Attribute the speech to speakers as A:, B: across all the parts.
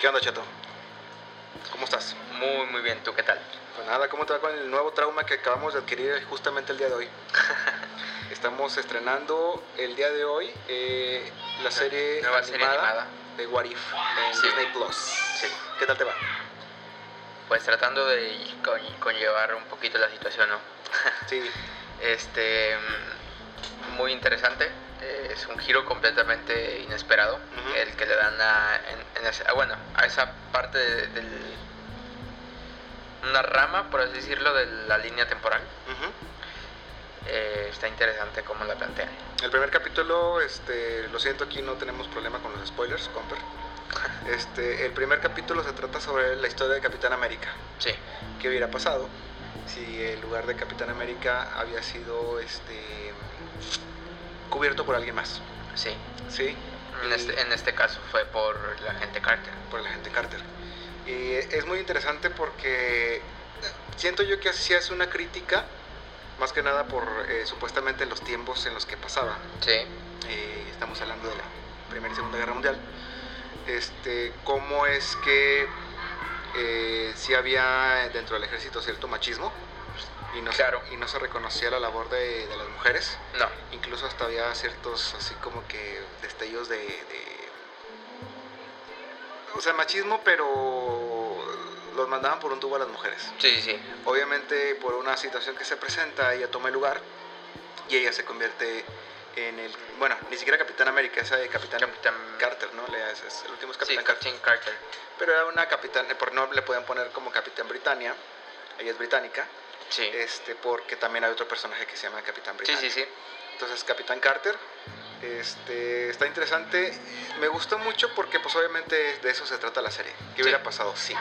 A: ¿Qué onda, Chato? ¿Cómo estás?
B: Muy, muy bien. ¿Tú qué tal?
A: Pues nada, ¿cómo te va con el nuevo trauma que acabamos de adquirir justamente el día de hoy? Estamos estrenando el día de hoy eh, la serie
B: Nueva serie animada.
A: de What If en
B: Sí.
A: Disney Plus.
B: Sí.
A: ¿Qué tal te va?
B: Pues tratando de con- conllevar un poquito la situación, ¿no?
A: Sí,
B: Este, mm, muy interesante. eh, Es un giro completamente inesperado
A: Ujú.
B: el que le dan a, en- en esa- ah, bueno, a esa parte de- del... Una rama, por así decirlo, de la línea temporal.
A: Ujú.
B: Eh, está interesante cómo la plantean.
A: El primer capítulo, este, lo siento, aquí no tenemos problema con los spoilers, Comper. Este, el primer capítulo se trata sobre la historia de Capitán América.
B: Sí,
A: ¿Qué hubiera pasado si el lugar de Capitán América había sido este, cubierto por alguien más?
B: sí.
A: ¿Sí?
B: En este, en este caso fue por la gente Carter.
A: por el agente Carter. Y es muy interesante porque siento yo que así es una crítica, más que nada por eh, supuestamente los tiempos en los que pasaba.
B: Sí,
A: Eh, estamos hablando de la Primera y Segunda Guerra Mundial. Este, cómo es que eh, sí había dentro del ejército cierto machismo y no, se-
B: Claro.
A: y no se reconocía la labor de, de las mujeres.
B: no.
A: Incluso hasta había ciertos así como que destellos de, de- O sea, machismo, pero los mandaban por un tubo a las mujeres.
B: Sí, sí, sí.
A: Obviamente por una situación que se presenta, ella toma el lugar y ella se convierte en el... Bueno, ni siquiera Capitán América, esa de Capitán
B: Capitán
A: Carter, ¿no? Le- es- es- el último es
B: Sí,
A: Capitán Carter.
B: Captain Carter.
A: Pero era una Capitán, eh, por no le podían poner como Capitán Britannia, ella es británica,
B: Sí.
A: este, porque también hay otro personaje que se llama Capitán
B: Sí,
A: Britannia.
B: sí, sí.
A: Entonces, Capitán Carter. Este, está interesante. Me gustó mucho porque, pues, obviamente, de eso se trata la serie. ¿Qué
B: Sí.
A: hubiera pasado? Sí.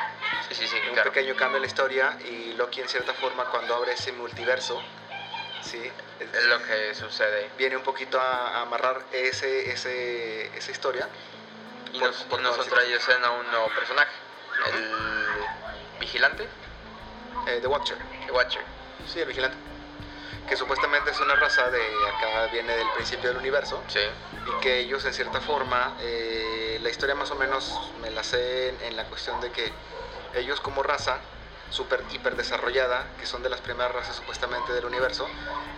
B: Sí, sí, sí,
A: Un
B: claro.
A: pequeño cambio en la historia y Loki, en cierta forma, cuando abre ese multiverso, ¿sí?
B: Es lo que sucede.
A: Viene un poquito a, a amarrar ese, ese, esa historia.
B: Y
A: Por-
B: nos,
A: por
B: y nos
A: todas las
B: introducen a un nuevo personaje. El vigilante,
A: eh, The Watcher.
B: el Watcher.
A: Sí, el vigilante. Que supuestamente es una raza de acá, viene del principio del universo.
B: Sí.
A: y que ellos en cierta forma, eh, la historia más o menos me la sé en, en la cuestión de que ellos como raza super hiper desarrollada, que son de las primeras razas supuestamente del universo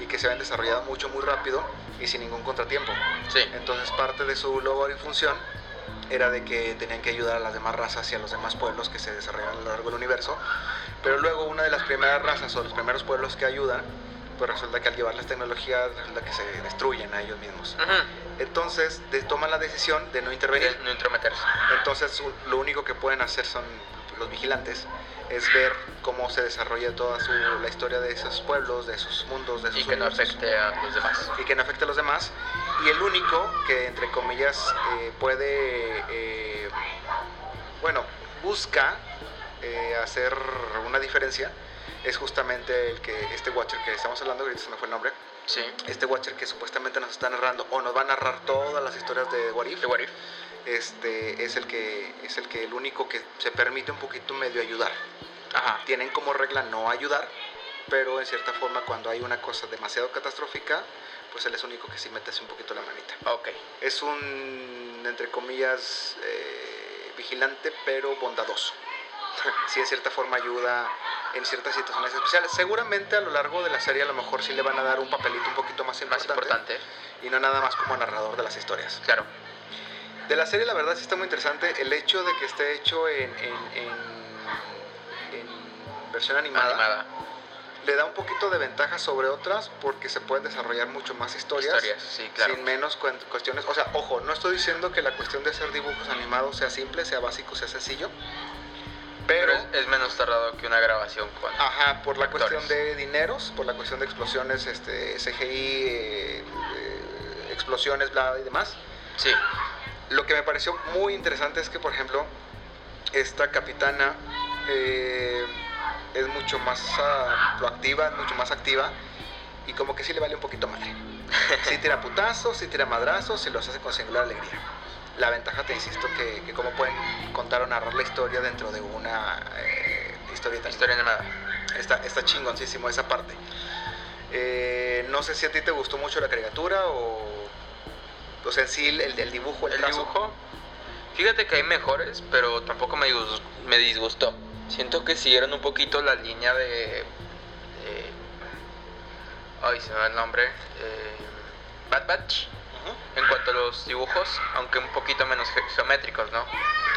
A: y que se han desarrollado mucho muy rápido y sin ningún contratiempo.
B: Sí.
A: Entonces parte de su labor y función era de que tenían que ayudar a las demás razas y a los demás pueblos que se desarrollaban a lo largo del universo. Pero luego una de las primeras razas o los primeros pueblos que ayudan, pues resulta que al llevarles tecnología resulta que se destruyen a ellos mismos.
B: Ujú.
A: Entonces de- toman la decisión de no intervenir.
B: De No intrometerse.
A: Entonces u- lo único que pueden hacer son los vigilantes, es ver cómo se desarrolla toda su, la historia de esos pueblos, de esos mundos, de esos
B: Y que no
A: universos.
B: afecte a los demás.
A: y que no afecte a los demás. Y el único que, entre comillas, eh, puede, eh, bueno, busca eh, hacer una diferencia, es justamente el que este Watcher que estamos hablando, ahorita se me fue el nombre,
B: Sí.
A: este Watcher que supuestamente nos está narrando o nos va a narrar todas las historias de What If,
B: El What If.
A: este es el que es el que el único que se permite un poquito medio ayudar.
B: Ajá.
A: Tienen como regla no ayudar, pero en cierta forma cuando hay una cosa demasiado catastrófica, pues él es el único que sí metes un poquito la manita.
B: Ok.
A: Es un entre comillas eh, vigilante pero bondadoso. Sí, en cierta forma ayuda en ciertas situaciones especiales. Seguramente a lo largo de la serie a lo mejor sí le van a dar un papelito un poquito más
B: Más
A: importante,
B: importante.
A: y no nada más como narrador de las historias.
B: Claro.
A: De la serie, la verdad, sí está muy interesante. El hecho de que esté hecho en, en- en- en versión animada,
B: Animada.
A: le da un poquito de ventaja sobre otras porque se pueden desarrollar mucho más historias.
B: Historias. Sí, claro.
A: Sin menos cuen- cuestiones, o sea, ojo, no estoy diciendo que la cuestión de hacer dibujos animados sea simple, sea básico, sea sencillo,
B: Pero Ah.
A: pero,
B: es, es menos tardado que una grabación con.
A: ajá, por la
B: actores.
A: cuestión de dineros, por la cuestión de explosiones, este, CGI, eh, eh, explosiones, bla y demás,
B: Sí.
A: lo que me pareció muy interesante es que, por ejemplo, esta capitana eh, es mucho más ah, proactiva, es mucho más activa y como que sí le vale un poquito madre. Sí tira putazos, sí tira madrazos, y los hace con singular alegría. La ventaja, te insisto, que, que cómo pueden contar o narrar la historia dentro de una eh, historieta.
B: Historia animada.
A: Está, está chingoncísimo esa parte. Eh, no sé si a ti te gustó mucho la caricatura o... O sea, en sí, el, el dibujo, el,
B: El
A: trazo.
B: dibujo. Fíjate que hay mejores, pero tampoco me disgustó. Me disgustó. Siento que siguieron un poquito la línea de. de- ay, se me va el nombre. eh, Bad Batch. En cuanto a los dibujos, aunque un poquito menos ge- geométricos, ¿no?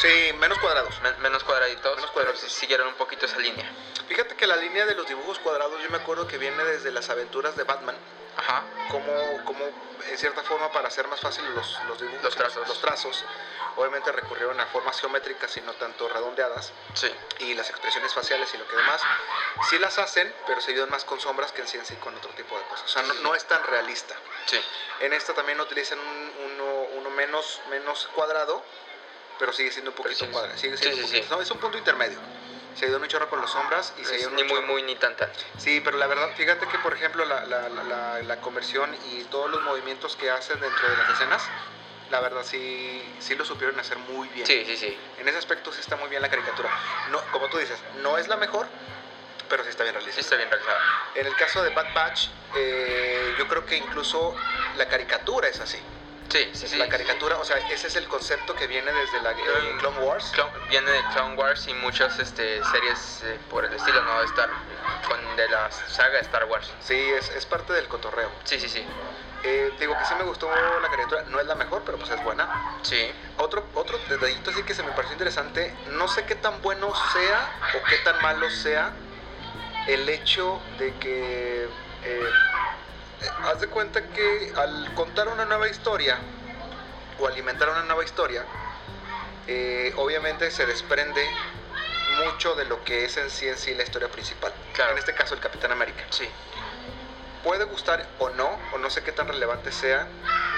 A: Sí, menos cuadrados.
B: Men- menos cuadraditos,
A: Menos
B: pero
A: cuadraditos.
B: sí siguieron un poquito esa línea.
A: Fíjate que la línea de los dibujos cuadrados yo me acuerdo que viene desde las aventuras de Batman,
B: Ajá.
A: como, como en cierta forma para hacer más fácil los, los dibujos,
B: Los trazos.
A: los trazos. Obviamente recurrieron a formas geométricas y no tanto redondeadas.
B: Sí.
A: Y las expresiones faciales y lo que demás, sí las hacen, pero se ayudan más con sombras que en ciencia y con otro tipo de cosas. O sea, no, no es tan realista.
B: Sí.
A: En esta también utilizan un- uno, uno menos, menos cuadrado, pero sigue siendo un
B: Pero
A: poquito
B: sí,
A: cuadrado. Sigue
B: sí,
A: siendo
B: sí,
A: un poquito-
B: sí.
A: no, es un punto intermedio. Se ayudan un chorro con las sombras y se
B: Es
A: ayudan
B: ni
A: un
B: muy,
A: chorro-
B: muy, ni tanta.
A: Sí, pero la verdad, fíjate que por ejemplo la, la- la- la- la conversión y todos los movimientos que hacen dentro de las escenas, la verdad sí, sí lo supieron hacer muy bien.
B: Sí, sí, sí.
A: En ese aspecto sí está muy bien la caricatura. No, como tú dices, no es la mejor, pero sí está bien
B: Sí,
A: realizada.
B: está bien realizado.
A: En el caso de Bad Batch, eh, yo creo que incluso la caricatura es así.
B: Sí, sí, sí.
A: la caricatura, o sea, ese es el concepto que viene desde la eh, Clone Wars.
B: Clone- viene de Clone Wars y muchas este, series eh, por el estilo, ¿no? De Star, con, de la saga de Star Wars.
A: Sí, es, es parte del cotorreo.
B: Sí, sí, sí.
A: Eh, digo que sí me gustó la caricatura, no es la mejor, pero pues es buena.
B: Sí.
A: Otro, otro detallito así que se me pareció interesante, no sé qué tan bueno sea o qué tan malo sea el hecho de que eh, haz de cuenta que al contar una nueva historia o alimentar una nueva historia, eh, obviamente se desprende mucho de lo que es en sí en sí la historia principal.
B: Claro.
A: En este caso el Capitán América
B: Sí.
A: puede gustar o no, o no sé qué tan relevante sea,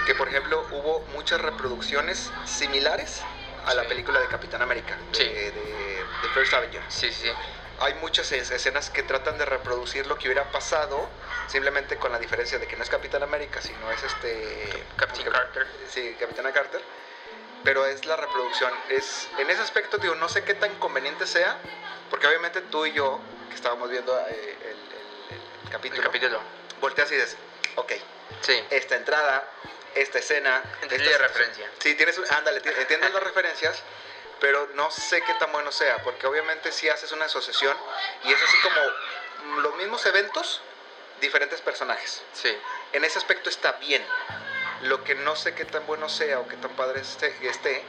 A: que por ejemplo hubo muchas reproducciones similares a la
B: Sí.
A: película de Capitán América, de,
B: Sí.
A: de- de First Avenger.
B: Sí, sí, sí.
A: Hay muchas es- escenas que tratan de reproducir lo que hubiera pasado, simplemente con la diferencia de que no es Capitán América, sino es este...
B: Captain
A: Cap-
B: Carter.
A: Sí, Capitana Carter. Pero es la reproducción. Es, en ese aspecto, digo, no sé qué tan conveniente sea, porque obviamente tú y yo, que estábamos viendo eh, el, el- el
B: El
A: capítulo,
B: capítulo. Eh,
A: volteas y dices, ok,
B: Sí.
A: esta entrada, esta escena.
B: Entendí
A: esta
B: la
A: situación".
B: referencia.
A: Sí, tienes un- ándale, ti- entiendes las referencias, pero no sé qué tan bueno sea, porque obviamente si haces una asociación y es así como mm, los mismos eventos, diferentes personajes.
B: Sí.
A: En ese aspecto está bien. Lo que no sé qué tan bueno sea o qué tan padre este- esté,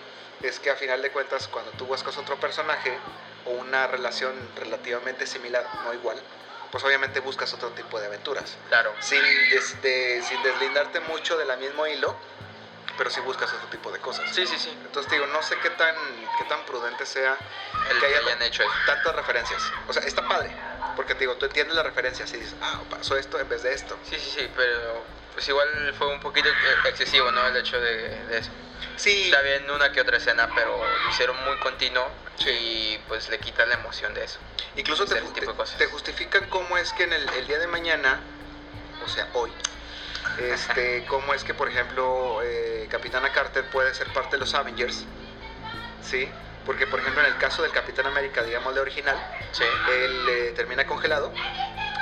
A: es que a final de cuentas cuando tú buscas otro personaje o una relación relativamente similar, no igual, pues obviamente buscas otro tipo de aventuras
B: Claro.
A: sin, des- de- sin deslindarte mucho del mismo hilo, pero si buscas otro tipo de cosas.
B: Sí, sí, sí.
A: Entonces te digo, no sé qué tan, qué tan prudente sea
B: El
A: Que
B: que
A: haya-
B: hayan hecho eso.
A: tantas referencias. O sea, está padre, porque te digo, tú entiendes las referencias y dices, ah, pasó esto en vez de esto.
B: Sí, sí, sí, pero pues igual fue un poquito ex- excesivo, ¿no? El hecho de, de eso.
A: Sí,
B: Está bien una que otra escena, pero lo hicieron muy continuo y pues le quita la emoción de eso.
A: incluso te,
B: ese
A: ju-
B: tipo de
A: te-
B: cosas.
A: te justifican cómo es que en el, el día de mañana, o sea, hoy, este, cómo es que, por ejemplo, eh, Capitana Carter puede ser parte de los Avengers, ¿sí? Porque, por ejemplo, en el caso del Capitán América, digamos, de original,
B: Sí,
A: Él eh, termina congelado,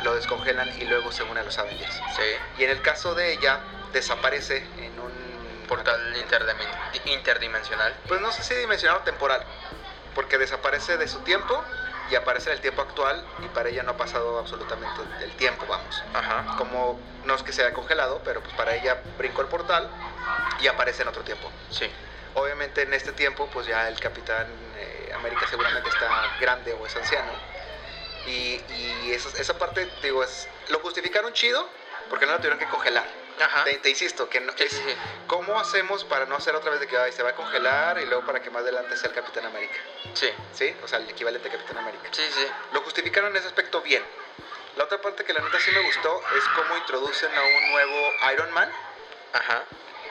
A: lo descongelan y luego se une a los Avengers.
B: sí.
A: Y en el caso de ella, desaparece en un
B: Portal interdimen- interdimensional.
A: Pues no sé si dimensional o temporal, porque desaparece de su tiempo y aparece en el tiempo actual y para ella no ha pasado absolutamente el tiempo, vamos.
B: Ajá.
A: Como no es que se haya congelado, pero pues para ella brincó el portal y aparece en otro tiempo.
B: Sí.
A: Obviamente en este tiempo, pues ya el Capitán eh, América seguramente está grande o es anciano. Y, y esa, esa parte, te digo, es, lo justificaron chido porque no lo tuvieron que congelar.
B: Ajá.
A: Te, te insisto, que no,
B: Ah. Sí,
A: es,
B: sí, sí.
A: ¿cómo hacemos para no hacer otra vez de que ay, se va a congelar y luego para que más adelante sea el Capitán América?
B: Sí,
A: ¿Sí? O sea, el equivalente a Capitán América.
B: sí, sí.
A: Lo justificaron en ese aspecto bien. La otra parte que la neta sí me gustó es cómo introducen a un nuevo Iron Man,
B: Ajá.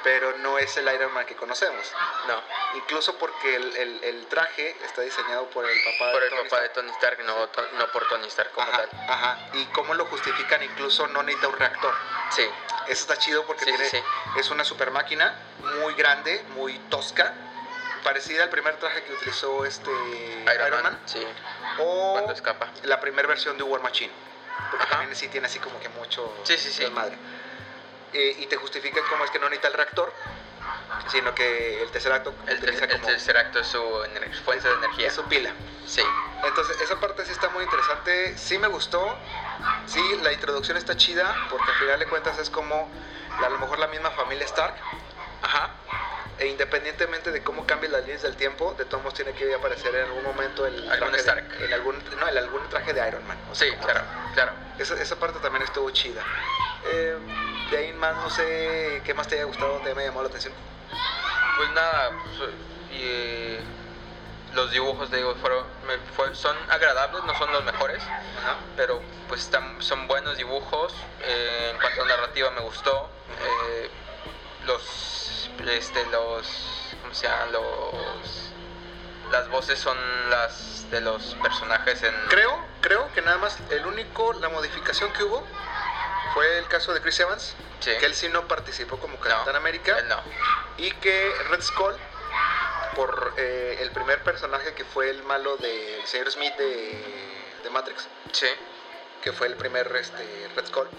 A: pero no es el Iron Man que conocemos.
B: No.
A: Incluso porque el, el- el traje está diseñado por el papá
B: Por el
A: Tony
B: papá
A: Stark.
B: de Ah, Tony Stark, no, to- no por Tony Stark como
A: Ajá,
B: tal.
A: ajá. Y cómo lo justifican, incluso no necesita un reactor.
B: Sí,
A: Eso está chido porque
B: sí, sí,
A: tiene,
B: sí.
A: es una super máquina muy grande, muy tosca, parecida al primer traje que utilizó este
B: Iron, Man, sí.
A: o
B: Cuando escapa.
A: la primera versión de War Machine. Porque
B: Ajá.
A: también sí tiene así como que mucho
B: Sí, sí, sí.
A: desmadre. Eh, y te justifican cómo es que no necesita el reactor sino que el tercer acto
B: El,
A: utiliza
B: ter- el
A: como
B: tercer acto es su ener- fuente de energía.
A: es su pila.
B: Sí.
A: Entonces, esa parte sí está muy interesante, sí me gustó, sí, la introducción está chida, porque al final de cuentas es como a lo mejor la misma familia Stark,
B: Ajá.
A: e independientemente de cómo cambien las líneas del tiempo, de todos modos tiene que aparecer en algún momento el
B: Algún
A: traje de-
B: Stark.
A: el algún, no, el algún traje de Iron Man. o sea,
B: Sí,
A: como
B: claro,
A: tal.
B: claro.
A: Esa, esa parte también estuvo chida. Eh, de ahí en más, no sé qué más te haya gustado, te haya llamado la atención.
B: Pues nada, pues, y, eh, los dibujos, te digo, fueron, me- fue- son agradables, no son los mejores,
A: Ajá.
B: pero pues están- son buenos dibujos. eh, en cuanto a narrativa me gustó. eh, los, este, los, ¿cómo se llaman? Los, las voces son las de los personajes en...
A: Creo, creo que nada más el único, la modificación que hubo fue el caso de Chris Evans,
B: Sí.
A: que él sí no participó como
B: No,
A: Capitán América,
B: él no.
A: y que Red Skull, por eh, el primer personaje que fue el malo de señor Smith de, de Matrix,
B: Sí.
A: que fue el primer este, Red Skull,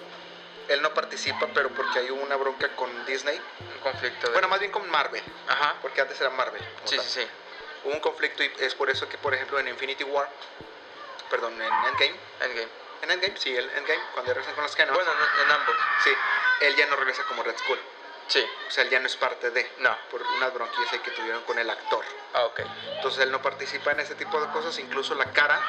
A: él no participa, pero porque hay una bronca con Disney,
B: Un conflicto de...
A: bueno, más bien con Marvel,
B: Ajá.
A: porque antes era Marvel. como
B: Sí,
A: tal.
B: sí, sí.
A: Hubo un conflicto y es por eso que, por ejemplo, en Infinity War, perdón, en Endgame,
B: Endgame.
A: en Endgame, sí, en Endgame, cuando regresan con los Kenobi,
B: Bueno, en, en ambos.
A: Sí, él ya no regresa como Red Skull.
B: Sí.
A: O sea, él ya no es parte de.
B: No.
A: Por unas bronquias ahí que tuvieron con el actor.
B: Ah, ok.
A: Entonces él no participa en ese tipo de cosas, incluso la cara.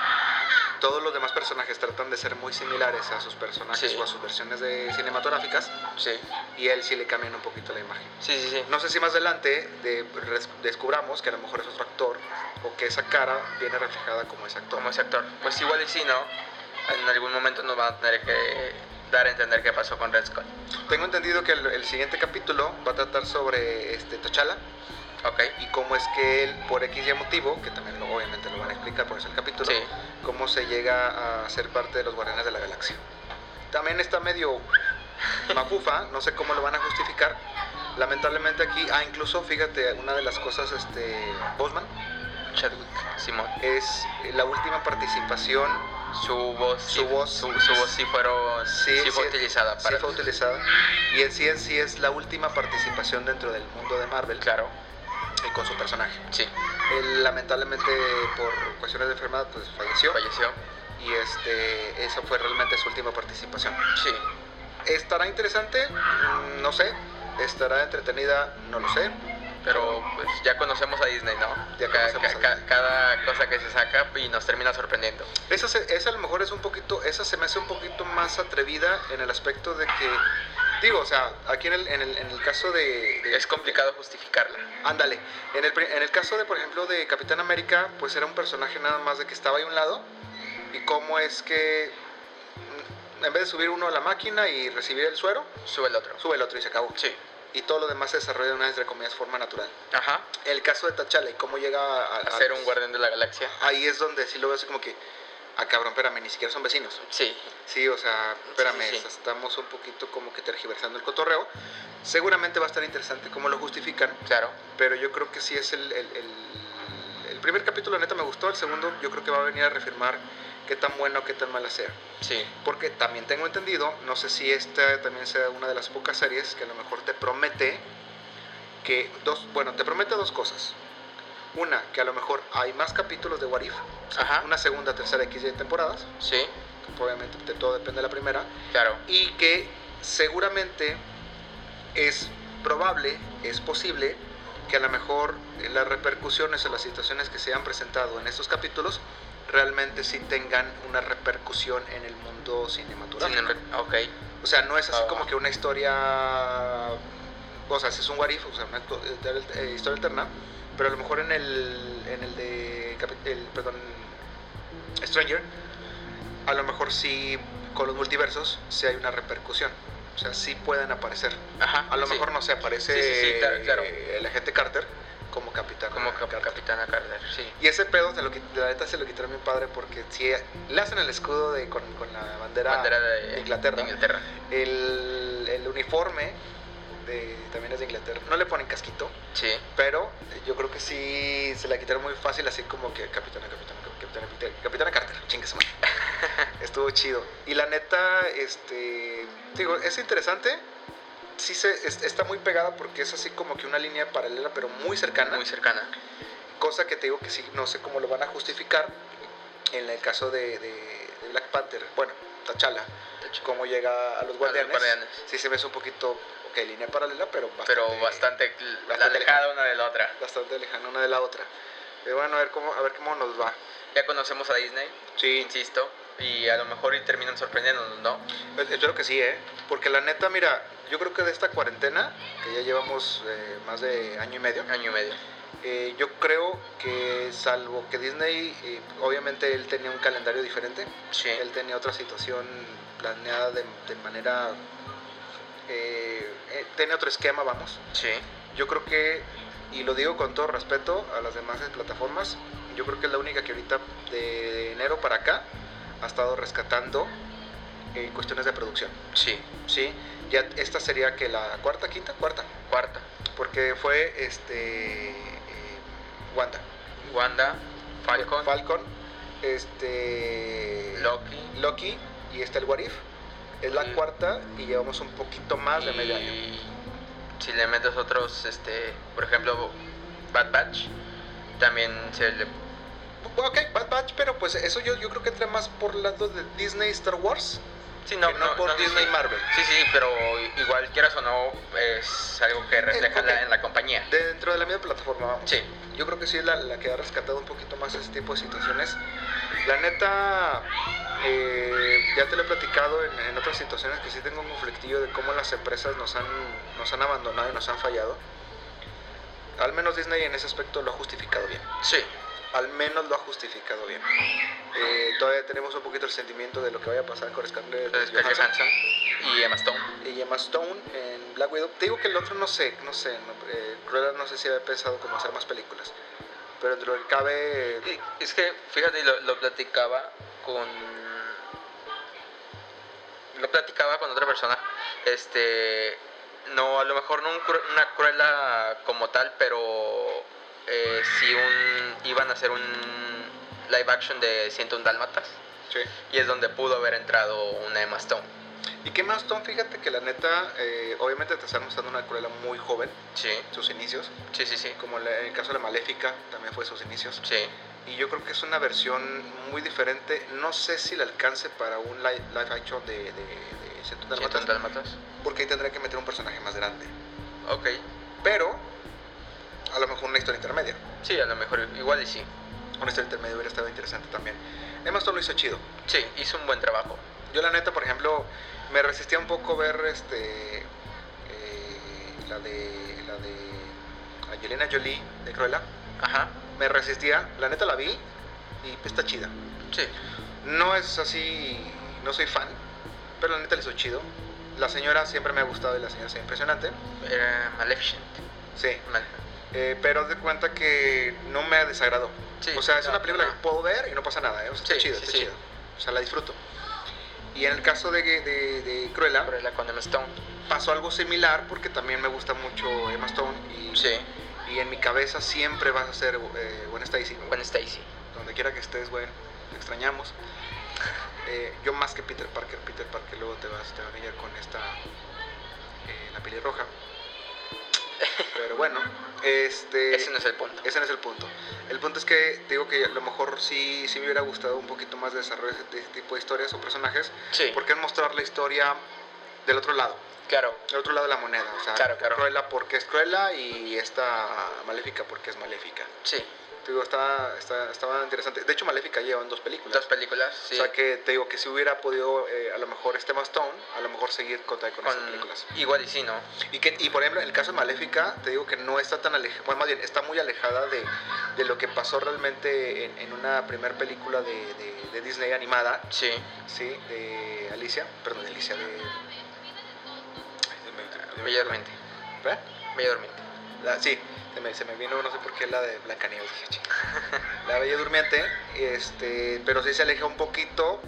A: Todos los demás personajes tratan de ser muy similares a sus personajes
B: Sí.
A: o a sus versiones de cinematográficas.
B: Sí.
A: Y él sí le cambian un poquito la imagen.
B: Sí, sí, sí.
A: No sé si más adelante de- res- descubramos que a lo mejor es otro actor o que esa cara viene reflejada como ese actor.
B: como ese actor. Pues igual y sí, ¿no? En algún momento nos van a tener que dar a entender qué pasó con Red Skull.
A: Tengo entendido que el, el siguiente capítulo va a tratar sobre este T'Challa.
B: ¿Ok?
A: y cómo es que él, por X y motivo, que también lo- obviamente lo van a explicar por eso el capítulo,
B: Sí.
A: cómo se llega a ser parte de los Guardianes de la Galaxia. También está medio mafufa, no sé cómo lo van a justificar. Lamentablemente aquí, ah, incluso fíjate, una de las cosas, este, Bosman,
B: Chadwick, Simón.
A: es la última participación,
B: Su voz,
A: Su voz.
B: su, su voz sí, fueron, sí,
A: sí,
B: fue
A: sí-
B: utilizada
A: sí
B: para.
A: fue utilizada, y en sí en sí es la última participación dentro del mundo de Marvel,
B: Claro,
A: y con su personaje.
B: sí.
A: Él lamentablemente por cuestiones de enfermedad, pues falleció.
B: Falleció.
A: y este esa fue realmente su última participación.
B: Sí.
A: ¿Estará interesante? Mm, No sé. ¿Estará entretenida? No lo sé.
B: Pero pues ya conocemos a Disney, ¿no?
A: Ya
B: Ca-
A: conocemos
B: ca-
A: a
B: ca-
A: Disney.
B: Cada cosa que se saca y nos termina sorprendiendo.
A: Esa, se- esa a lo mejor es un poquito, esa se me hace un poquito más atrevida en el aspecto de que, digo, o sea, aquí en el, en el, en el caso de... de-
B: Es complicado justificarla.
A: Ándale, en el, pri- en el caso de, por ejemplo, de Capitán América, pues era un personaje nada más de que estaba ahí a un lado y cómo es que, mm, en vez de subir uno a la máquina y recibir el suero,
B: Sube el otro.
A: sube el otro y se acabó.
B: Sí.
A: y todo lo demás se desarrolla de una, entre comillas, forma natural.
B: Ajá.
A: El caso de T'Challa y cómo llega a,
B: A ser un guardián de la galaxia.
A: Ahí es donde sí lo veo así como que, ah, cabrón, espérame, ni siquiera son vecinos.
B: Sí.
A: Sí, o sea, espérame,
B: sí, sí.
A: estamos un poquito como que tergiversando el cotorreo. Seguramente va a estar interesante cómo lo justifican,
B: Claro.
A: pero yo creo que sí es el... el- el- el primer capítulo, la neta, me gustó. El segundo, yo creo que va a venir a reafirmar qué tan bueno o qué tan mala sea.
B: Sí.
A: Porque también tengo entendido, no sé si esta también sea una de las pocas series que a lo mejor te promete que dos, bueno, te promete dos cosas. Una, que a lo mejor hay más capítulos de Warif,
B: Ajá.
A: una segunda, tercera X y temporadas,
B: Sí.
A: que obviamente de todo depende de la primera,
B: Claro.
A: y que seguramente es probable, es posible que a lo mejor las repercusiones o las situaciones que se han presentado en estos capítulos realmente sí tengan una repercusión en el mundo
B: Sin
A: cinematográfico.
B: embargo- ok.
A: O sea, no es así
B: Ah.
A: como que una historia, o sea, si es un what if, o sea, una acto- eh, historia alterna, pero a lo mejor en el, en el de, capi- el, perdón, Stranger, a lo mejor sí con los multiversos sí hay una repercusión. O sea, sí pueden aparecer.
B: Ajá.
A: A lo
B: sí.
A: mejor no se aparece
B: Sí, sí, sí, claro, claro.
A: eh, el agente Carter como capitán.
B: Como cap-
A: Carter.
B: Capitana Carter, sí.
A: Y ese pedo, se lo, quit- la neta, se lo quitaron a mi padre porque si le hacen el escudo de, con, con la bandera,
B: Bandera de
A: de Inglaterra.
B: Inglaterra.
A: El, el uniforme de, también es de Inglaterra. No le ponen casquito,
B: Sí.
A: pero yo creo que sí se la quitaron muy fácil, así como que capitana, capitana, cap- capitana, capitana, capitana Carter, chingue su madre. Estuvo chido. Y la neta, este, digo, es interesante. sí se, es- está muy pegada porque es así como que una línea paralela, pero muy cercana.
B: muy cercana.
A: Cosa que te digo que sí, no sé cómo lo van a justificar en el caso de, de- de Black Panther. Bueno, T'Challa,
B: de hecho.
A: cómo llega a los guardianes.
B: Guardianes.
A: Sí se me hace un poquito, ok, línea paralela, pero bastante,
B: Pero bastante,
A: bastante
B: alejada una de la otra.
A: bastante lejana una de la otra. Pero bueno, a ver cómo, a ver cómo nos va.
B: Ya conocemos a Disney,
A: Sí,
B: insisto, y a lo mejor y terminan sorprendiéndonos, ¿no?
A: Pues, Espero que sí, ¿eh? Porque la neta, mira, yo creo que de esta cuarentena, que ya llevamos eh, más de año y medio,
B: Año y medio.
A: eh, yo creo que salvo que Disney, eh, obviamente él tenía un calendario diferente,
B: Sí.
A: él tenía otra situación planeada de, de manera... eh, eh, tenía otro esquema, vamos.
B: Sí.
A: Yo creo que, y lo digo con todo respeto a las demás plataformas, yo creo que es la única que ahorita de enero para acá ha estado rescatando eh, cuestiones de producción.
B: Sí.
A: Sí, ya esta sería que la cuarta, quinta, cuarta,
B: Cuarta.
A: porque fue este eh, Wanda,
B: Wanda, Falcon,
A: Falcon, este
B: Loki.
A: Loki y está el Warif. Es la
B: Mm.
A: cuarta y llevamos un poquito más de
B: y
A: medio año.
B: Si le metes otros, este, por ejemplo, Bad Batch, también se le...
A: Ok, Bad Batch, pero pues eso yo, yo creo que entra más por lado de Disney Star Wars
B: Sí, no,
A: que no, por
B: sí,
A: Disney
B: sí.
A: Marvel.
B: Sí, sí, pero igual quieras o no, es algo que refleja
A: ok.
B: la- en la compañía.
A: Dentro de la misma plataforma, vamos.
B: Sí,
A: Yo creo que sí es la, la que ha rescatado un poquito más ese tipo de situaciones. La neta, eh, ya te lo he platicado en, en otras situaciones que sí tengo un conflictillo de cómo las empresas nos han, nos han abandonado y nos han fallado. Al menos Disney en ese aspecto lo ha justificado bien.
B: sí,
A: Al menos lo ha justificado bien. Eh, todavía tenemos un poquito el sentimiento de lo que vaya a pasar con Scarlett
B: entonces Scarlett
A: Johansson
B: Johansson y Emma Stone.
A: y Emma Stone en Black Widow. Te digo que el otro no sé, no sé, no, eh, Cruella no sé si había pensado como hacer más películas. Pero entre lo que cabe,
B: Y Es que, fíjate, lo, lo platicaba con. Lo platicaba con otra persona. Este. No, a lo mejor no un Cru- una cruela como tal, pero. eh, sí, un. Iban a hacer un live action de 101 Dálmatas. Y es donde pudo haber entrado una Emma Stone.
A: Y que más, Tom, fíjate que la neta, eh, obviamente te están mostrando una Cruella muy joven,
B: Sí,
A: sus inicios,
B: sí, sí, sí.
A: como la- en el caso de la Maléfica, también fue sus inicios.
B: Sí,
A: Y yo creo que es una versión muy diferente, no sé si le alcance para un li- live, action de, de, de 101 Dálmatas,
B: 101 Dálmatas.
A: porque ahí tendría que meter un personaje más grande.
B: Ok.
A: Pero, a lo mejor una historia intermedia.
B: Sí, a lo mejor igual y sí.
A: Una historia intermedia este hubiera estado interesante también. Emma Stone lo hizo chido.
B: Sí, hizo un buen trabajo.
A: Yo la neta, por ejemplo, me resistía un poco ver este eh, la de la de Angelina Jolie de Cruella.
B: Ajá.
A: Me resistía, la neta la vi y pues, está chida.
B: Sí.
A: No es así, no soy fan, pero la neta le hizo chido. La señora siempre me ha gustado y la señora es impresionante.
B: Era Maleficent.
A: Sí,
B: Mal-
A: eh, pero haz de cuenta que no me desagradó.
B: Sí,
A: o sea, es
B: no,
A: una película
B: no.
A: que puedo ver y no pasa nada, ¿eh? O sea, está
B: Sí,
A: chido,
B: sí,
A: está
B: sí.
A: chido. O sea, la disfruto. Y en el caso de, de, de Cruella,
B: Cruella con Emma Stone.
A: pasó algo similar porque también me gusta mucho Emma Stone y,
B: Sí.
A: y en mi cabeza siempre vas a ser eh, Gwen Stacy.
B: Gwen Stacy.
A: Donde quiera que estés, Gwen, te extrañamos. Eh, yo más que Peter Parker, Peter Parker luego te vas, te van a ir con esta, eh, la pelirroja. Pero bueno, este...
B: Ese no es el punto.
A: Ese no es el punto. El punto es que te digo que a lo mejor sí, sí me hubiera gustado un poquito más de desarrollo de este tipo de historias o personajes,
B: Sí.
A: porque es mostrar la historia del otro lado,
B: Claro.
A: del otro lado de la moneda. O sea,
B: Claro, claro.
A: Cruella porque es Cruella y esta Maléfica porque es Maléfica.
B: Sí.
A: Te digo, está, está, estaba interesante. De hecho, Maléfica llevan dos películas.
B: Dos películas. Sí.
A: O sea que te digo que si hubiera podido, eh, a lo mejor este Stone, a lo mejor seguir con, con, esas
B: Con-
A: películas.
B: Igual y sí, ¿no?
A: Y, que, y por ejemplo, en el caso de Maléfica, te digo que no está tan alejada, bueno, más bien está muy alejada de, de lo que pasó realmente en, en una primera película de, de- de Disney animada,
B: Sí.
A: ¿sí? De Alicia, perdón, de Alicia, de.
B: Bella Durmiente.
A: ¿Verdad?
B: Bella Durmiente.
A: La- sí, se me, se me vino, no sé por qué, la de Blancanieves. dije, "Chinga". La Bella Durmiente, este, pero sí se aleja un poquito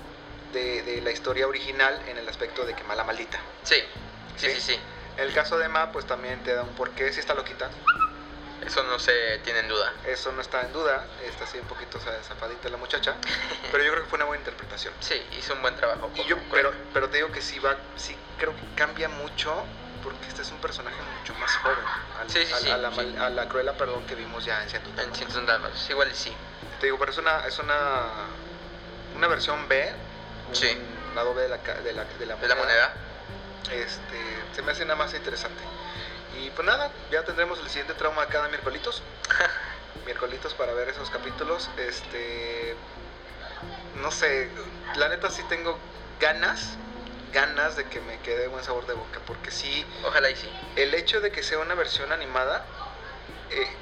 A: de, de la historia original en el aspecto de que mala maldita.
B: Sí. Sí,
A: ¿Sí?
B: sí, sí.
A: El caso de Ma, pues también te da un porqué, sí está loquita.
B: Eso no se tiene en duda.
A: Eso no está en duda, está así un poquito za- zafadita la muchacha, pero yo creo que fue una buena interpretación.
B: Sí, hizo un buen trabajo.
A: Y yo,
B: con
A: pero,
B: Cruella.
A: pero te digo que sí va, sí creo que cambia mucho porque este es un personaje mucho más joven al-
B: Sí, sí,
A: al-
B: sí,
A: a, la,
B: sí.
A: mal- a la Cruella, perdón, que vimos ya en 100
B: En 100 dálmatas, igual y sí.
A: Te digo, pero es una, es una, una versión B, un
B: Sí.
A: lado B de la, ca- de la, de la
B: De la moneda.
A: Este, se me hace nada más interesante. Y pues nada, ya tendremos el siguiente trauma cada miércoles. miércoles para ver esos capítulos. Este, no sé, la neta sí tengo ganas, ganas de que me quede buen sabor de boca, porque sí,
B: Ojalá y sí.
A: el hecho de que sea una versión animada eh,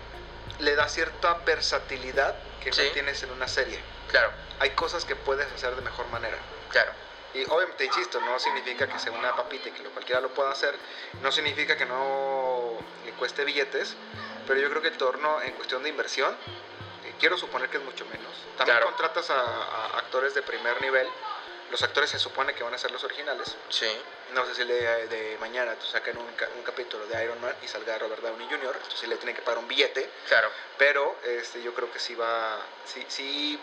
A: le da cierta versatilidad que
B: Sí.
A: no tienes en una serie.
B: Claro,
A: Hay cosas que puedes hacer de mejor manera.
B: claro.
A: Y obviamente, insisto, no significa que sea una papita y que lo, cualquiera lo pueda hacer, no significa que no le cueste billetes, pero yo creo que el torno en cuestión de inversión, eh, quiero suponer que es mucho menos. También
B: Claro.
A: contratas a, a actores de primer nivel, los actores se supone que van a ser los originales,
B: Sí,
A: no sé si le- de mañana tú sacan un, ca- un capítulo de Iron Man y salga Robert Downey Jr., entonces le tienen que pagar un billete,
B: claro.
A: pero este, yo creo que sí va, sí, sí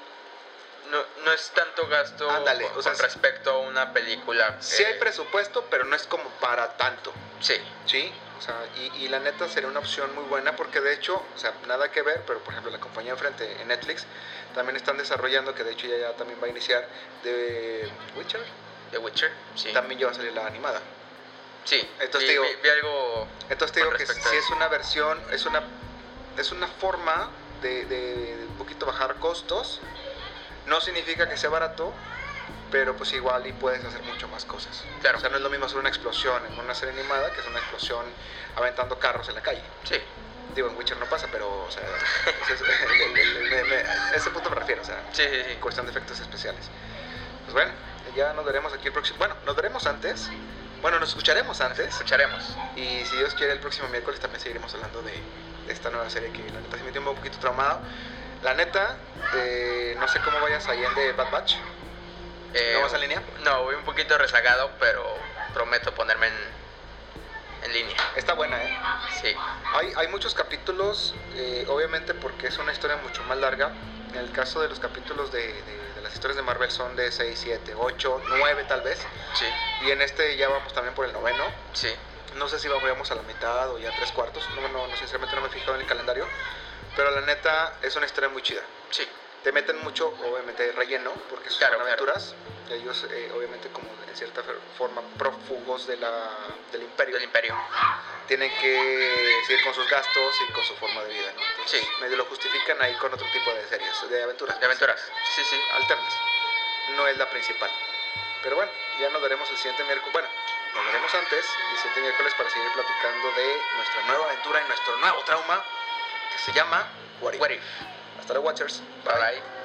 B: No, no es tanto gasto
A: Ándale,
B: con,
A: o sea,
B: con respecto a una película.
A: Sí
B: eh,
A: hay presupuesto, pero no es como para tanto,
B: Sí,
A: ¿sí? O sea, y, y la neta sería una opción muy buena porque de hecho, o sea, nada que ver, pero por ejemplo la compañía enfrente, en Netflix, también están desarrollando, que de hecho ya, ya también va a iniciar, de Witcher,
B: The Witcher. Sí,
A: también ya va a salir la animada.
B: sí.
A: Entonces
B: vi,
A: digo-
B: vi- vi algo.
A: Entonces te digo
B: Con
A: que
B: respecto a
A: si es
B: eso.
A: una versión, es una, es una forma de, de- de un poquito bajar costos, no significa que sea barato, pero pues igual y puedes hacer mucho más cosas.
B: Claro.
A: O sea, no es lo mismo hacer una explosión en una serie animada que es una explosión aventando carros en la calle.
B: Sí,
A: Digo, en Witcher no pasa, pero, o sea, ese, es- le- le- le- me- me- a ese punto me refiero, o sea,
B: sí, sí. sí.
A: en cuestión de efectos especiales. Pues bueno, ya nos veremos aquí el próximo. Bueno, nos veremos antes. Bueno, nos escucharemos antes.
B: Escucharemos.
A: Y si Dios quiere, el próximo miércoles también seguiremos hablando de, de esta nueva serie que la neta sí me tiene un poquito traumado. La neta, eh, no sé cómo vayas ahí en de Bad Batch.
B: Eh,
A: ¿No vas en línea?
B: No, voy un poquito rezagado, pero prometo ponerme en, en línea.
A: Está buena, ¿eh?
B: Sí,
A: Hay, hay muchos capítulos, eh, obviamente porque es una historia mucho más larga. En el caso de los capítulos de, de- de las historias de Marvel son de 6, 7, 8, 9 tal vez.
B: sí,
A: Y en este ya vamos también por el noveno.
B: sí.
A: No sé si vamos a la mitad o ya tres cuartos. No, no, no, sinceramente no me he fijado en el calendario. Pero la neta es una historia muy chida.
B: Sí,
A: te meten mucho, obviamente, relleno, porque son
B: Claro, claro.
A: aventuras. Ellos, eh, obviamente, como en cierta fer- forma prófugos de la, del imperio,
B: del imperio.
A: tienen que seguir con sus gastos y con su forma de vida, ¿no? Entonces,
B: Sí.
A: medio lo justifican ahí con otro tipo de series, de aventuras.
B: De aventuras. Sí, sí.
A: Alternas. No es la principal. Pero bueno, ya nos veremos el siguiente miércoles. Bueno, nos veremos antes, el siguiente miércoles, para seguir platicando de nuestra nueva aventura y nuestro nuevo trauma, que se llama What If.
B: What if?
A: Hasta luego, Watchers.
B: Bye bye.